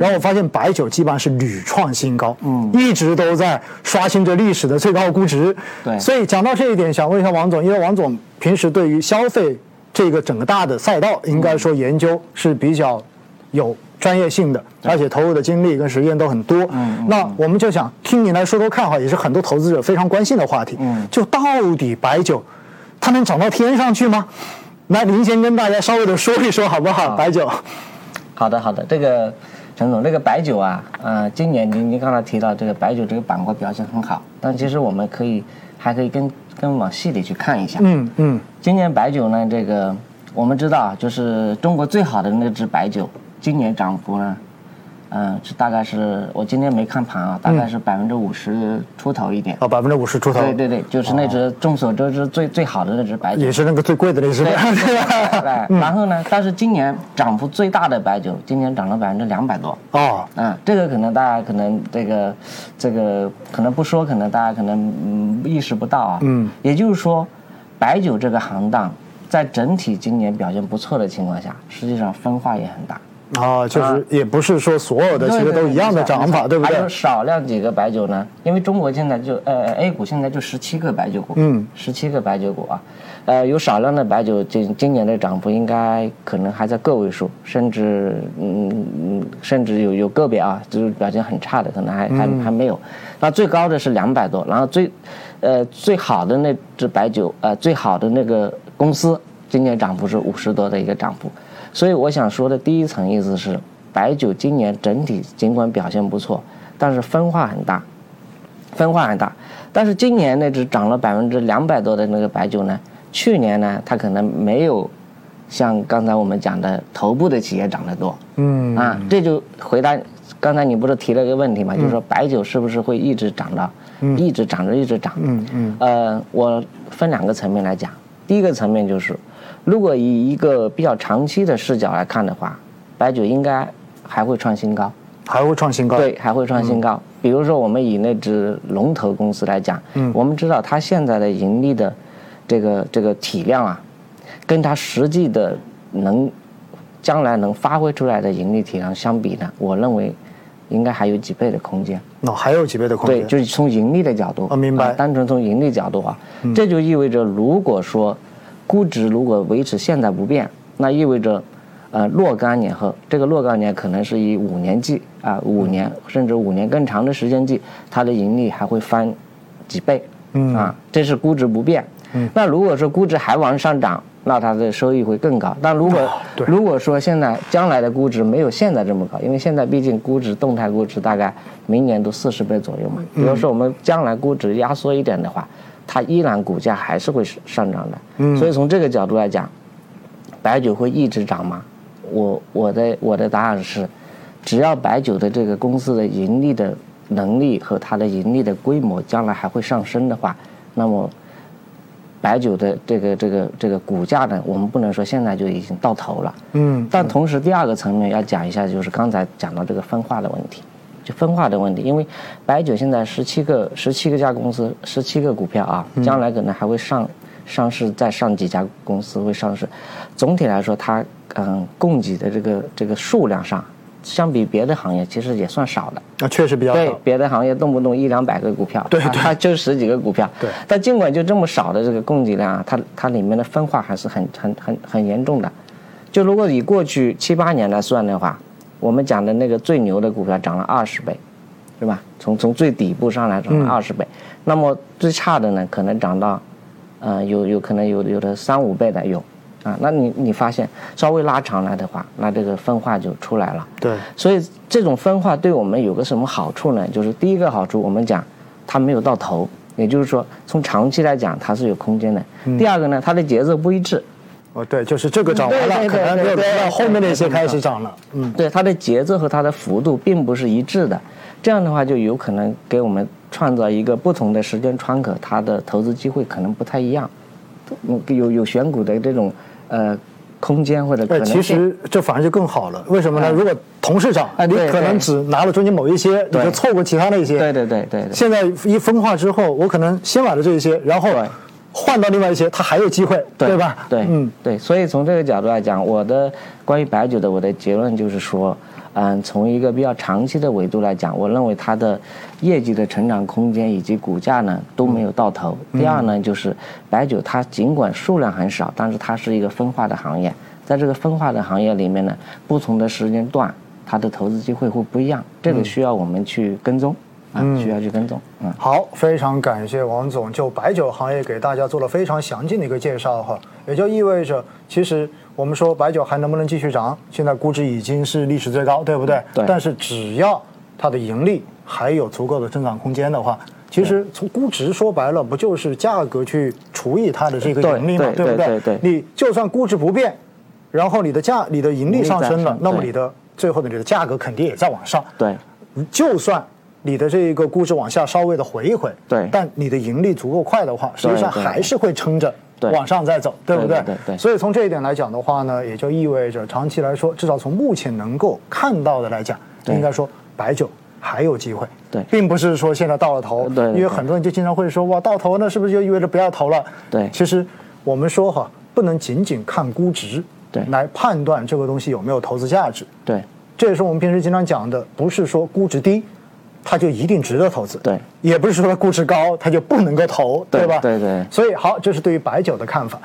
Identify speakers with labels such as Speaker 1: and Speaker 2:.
Speaker 1: 然后我发现白酒基本上是屡创新高，
Speaker 2: 嗯
Speaker 1: 一直都在刷新着历史的最高估值。
Speaker 2: 对
Speaker 1: 所以讲到这一点，想问一下王总，因为王总平时对于消费这个整个大的赛道，应该说研究是比较有专业性的，而且投入的精力跟时间都很多。
Speaker 2: 嗯
Speaker 1: 那我们就想听您来说说看哈，也是很多投资者非常关心的话题。
Speaker 2: 嗯
Speaker 1: 就到底白酒它能涨到天上去吗？来，您先跟大家稍微的说一说好不好？白酒，
Speaker 2: 好的，好的，这个陈总，这个白酒啊，呃，今年您您刚才提到这个白酒这个板块表现很好，但其实我们可以还可以跟跟往细里去看一下。
Speaker 1: 嗯嗯，
Speaker 2: 今年白酒呢，这个我们知道啊，就是中国最好的那支白酒，今年涨幅呢，嗯、是大概是我今天没看盘啊，
Speaker 1: 嗯
Speaker 2: 大概是百分之五十出头一点。
Speaker 1: 啊，百分之五十出头，
Speaker 2: 对对对，就是那只众所周知最最好的那只白酒。
Speaker 1: 哦也是那 嗯个最贵的那只，
Speaker 2: 对，
Speaker 1: 对吧？
Speaker 2: 哎然后呢？但是今年涨幅最大的白酒，今年涨了百分之两百多。
Speaker 1: 哦，
Speaker 2: 啊，这个可能大家可能这个这个可能不说，可能大家可能嗯意识不到啊。
Speaker 1: 嗯，
Speaker 2: 也就是说，白酒这个行当在整体今年表现不错的情况下，实际上分化也很大。
Speaker 1: 啊，就
Speaker 2: 啊
Speaker 1: 是也不是说所有的其实都一样的涨法，对不
Speaker 2: 还
Speaker 1: 对
Speaker 2: 有？少量几个白酒呢？因为中国现在就呃呃 A 股现在就十七个白酒股，
Speaker 1: 嗯，
Speaker 2: 十七个白酒股啊，呃，有少量的白酒，今今年的涨幅应该可能还在个位数，甚至嗯嗯，甚至有有个别啊，就是表现很差的，可能还还还没有。那最高的是两百多，然后最呃最好的那只白酒，呃最好的那个公司，今年涨幅是五十多的一个涨幅。所以我想说的第一层意思是，白酒今年整体尽管表现不错，但是分化很大，分化很大。但是今年那只涨了百分之两百多的那个白酒呢，去年呢它可能没有像刚才我们讲的头部的企业涨得多。
Speaker 1: 嗯
Speaker 2: 啊，这就回答刚才你不是提了个问题嘛，就是说白酒是不是会一直涨到，一直涨着一直涨？
Speaker 1: 嗯嗯，
Speaker 2: 呃，我分两个层面来讲，第一个层面就是，如果以一个比较长期的视角来看的话，白酒应该还会创新高。
Speaker 1: 还会创新高，
Speaker 2: 对，还会创新高。比如说，我们以那只龙头公司来讲，
Speaker 1: 嗯
Speaker 2: 我们知道它现在的盈利的这个这个体量啊，跟它实际的能将来能发挥出来的盈利体量相比呢，我认为应该还有几倍的空间。
Speaker 1: 那哦还有几倍的空
Speaker 2: 对，
Speaker 1: 间，
Speaker 2: 就是从盈利的角度，
Speaker 1: 啊明白嗯
Speaker 2: 啊单纯从盈利角度啊，这就意味着，如果说估值如果维持现在不变，那意味着，呃，若干年后，这个若干年可能是以五年计啊，五年
Speaker 1: 嗯
Speaker 2: 甚至五年更长的时间计，它的盈利还会翻几倍，
Speaker 1: 嗯
Speaker 2: 啊，这是估值不变。那如果说估值还往上涨，那它的收益会更高。但如果、
Speaker 1: 哦对
Speaker 2: 如果说现在将来的估值没有现在这么高，因为现在毕竟估值动态估值大概明年都四十倍左右嘛。
Speaker 1: 嗯
Speaker 2: 比如说我们将来估值压缩一点的话，它依然股价还是会上涨的。
Speaker 1: 嗯
Speaker 2: 所以从这个角度来讲，白酒会一直涨吗？我我的我的答案是，只要白酒的这个公司的盈利的能力和它的盈利的规模将来还会上升的话，那么白酒的这个这个这个股价呢，我们不能说现在就已经到头了。
Speaker 1: 嗯，
Speaker 2: 但同时，第二个层面要讲一下，就是刚才讲到这个分化的问题，就分化的问题，因为白酒现在十七个十七个家公司，十七个股票啊，
Speaker 1: 嗯
Speaker 2: 将来可能还会上上市，再上几家公司会上市。总体来说，它嗯供给的这个这个数量上，相比别的行业其实也算少的。
Speaker 1: 那确实比较
Speaker 2: 对
Speaker 1: 少，
Speaker 2: 别的行业动不动一两百个股票，
Speaker 1: 对
Speaker 2: 它
Speaker 1: 对
Speaker 2: 它就十几个股票。
Speaker 1: 对
Speaker 2: 但尽管就这么少的这个供给量啊，它它里面的分化还是很很很很严重的。就如果以过去七八年来算的话，我们讲的那个最牛的股票涨了二十倍，是吧？从从最底部上来涨
Speaker 1: 嗯
Speaker 2: 了二十倍，那么最差的呢，可能涨到，呃，有有可能有有的三五倍的有，啊，那你你发现稍微拉长来的话，那这个分化就出来了。
Speaker 1: 对，
Speaker 2: 所以这种分化对我们有个什么好处呢？就是第一个好处，我们讲它没有到头，也就是说从长期来讲它是有空间的。
Speaker 1: 嗯
Speaker 2: 第二个呢，它的节奏不一致，
Speaker 1: 哦对，就是这个涨完
Speaker 2: 对
Speaker 1: 了，
Speaker 2: 嗯对
Speaker 1: 可
Speaker 2: 对
Speaker 1: 能没有
Speaker 2: 对对
Speaker 1: 等到
Speaker 2: 对
Speaker 1: 后面那些开始涨了，嗯，
Speaker 2: 对它的节奏和它的幅度并不是一致的，这样的话就有可能给我们创造一个不同的时间窗口，它的投资机会可能不太一样，嗯有有选股的这种呃空间或者可
Speaker 1: 哎，
Speaker 2: 能性。
Speaker 1: 其实这反而就更好了，为什么呢？
Speaker 2: 嗯
Speaker 1: 如果同时涨，
Speaker 2: 啊
Speaker 1: 你
Speaker 2: 对
Speaker 1: 可能
Speaker 2: 对
Speaker 1: 只拿了中间某一些，你
Speaker 2: 对
Speaker 1: 就错过其他那些，
Speaker 2: 对对对对对。
Speaker 1: 现在一分化之后，我可能先买了这一些，然后
Speaker 2: 对
Speaker 1: 换到另外一些，它还有机会，对吧？
Speaker 2: 对，
Speaker 1: 嗯，
Speaker 2: 对，所以从这个角度来讲，我的关于白酒的我的结论就是说，嗯，从一个比较长期的维度来讲，我认为它的业绩的成长空间以及股价呢都没
Speaker 1: 嗯
Speaker 2: 有到头。第二呢，就是白酒它尽管数量很少，但是它是一个分化的行业，在这个分化的行业里面呢，不同的时间段它的投资机会会不一样，这
Speaker 1: 嗯
Speaker 2: 个需要我们去跟踪啊，需要去跟踪。嗯，
Speaker 1: 好，非常感谢王总就白酒行业给大家做了非常详尽的一个介绍哈，也就意味着，其实我们说白酒还能不能继续涨，现在估值已经是历史最高，对不对？
Speaker 2: 嗯对
Speaker 1: 但是只要它的盈利还有足够的增长空间的话，其实从估值说白了，不就是价格去除以它的这个
Speaker 2: 对
Speaker 1: 盈利嘛，
Speaker 2: 对
Speaker 1: 不
Speaker 2: 对对对
Speaker 1: 你就算估值不变，然后你的价、你的盈利上升
Speaker 2: 盈利上
Speaker 1: 了
Speaker 2: 升，
Speaker 1: 那么
Speaker 2: 对
Speaker 1: 你的最后的你的价格肯定也在往上。
Speaker 2: 对。
Speaker 1: 就算你的这个估值往下稍微的回一回，
Speaker 2: 对
Speaker 1: 但你的盈利足够快的话，实际上
Speaker 2: 对对
Speaker 1: 还是会撑着
Speaker 2: 对
Speaker 1: 往上再走，对不
Speaker 2: 对对对对
Speaker 1: 所以从这一点来讲的话呢，也就意味着长期来说，至少从目前能够看到的来讲，
Speaker 2: 对
Speaker 1: 应该说白酒。还有机会，
Speaker 2: 对
Speaker 1: 并不是说现在到了头，
Speaker 2: 对对对
Speaker 1: 因为很多人就经常会说，哇，到头了是不是就意味着不要投了？
Speaker 2: 对
Speaker 1: 其实我们说哈，不能仅仅看估值，
Speaker 2: 对
Speaker 1: 来判断这个东西有没有投资价值，
Speaker 2: 对
Speaker 1: 这也是我们平时经常讲的，不是说估值低，它就一定值得投资。
Speaker 2: 对
Speaker 1: 也不是说它估值高，它就不能够投，
Speaker 2: 对
Speaker 1: 吧？
Speaker 2: 对对
Speaker 1: 所以好，这是对于白酒的看法。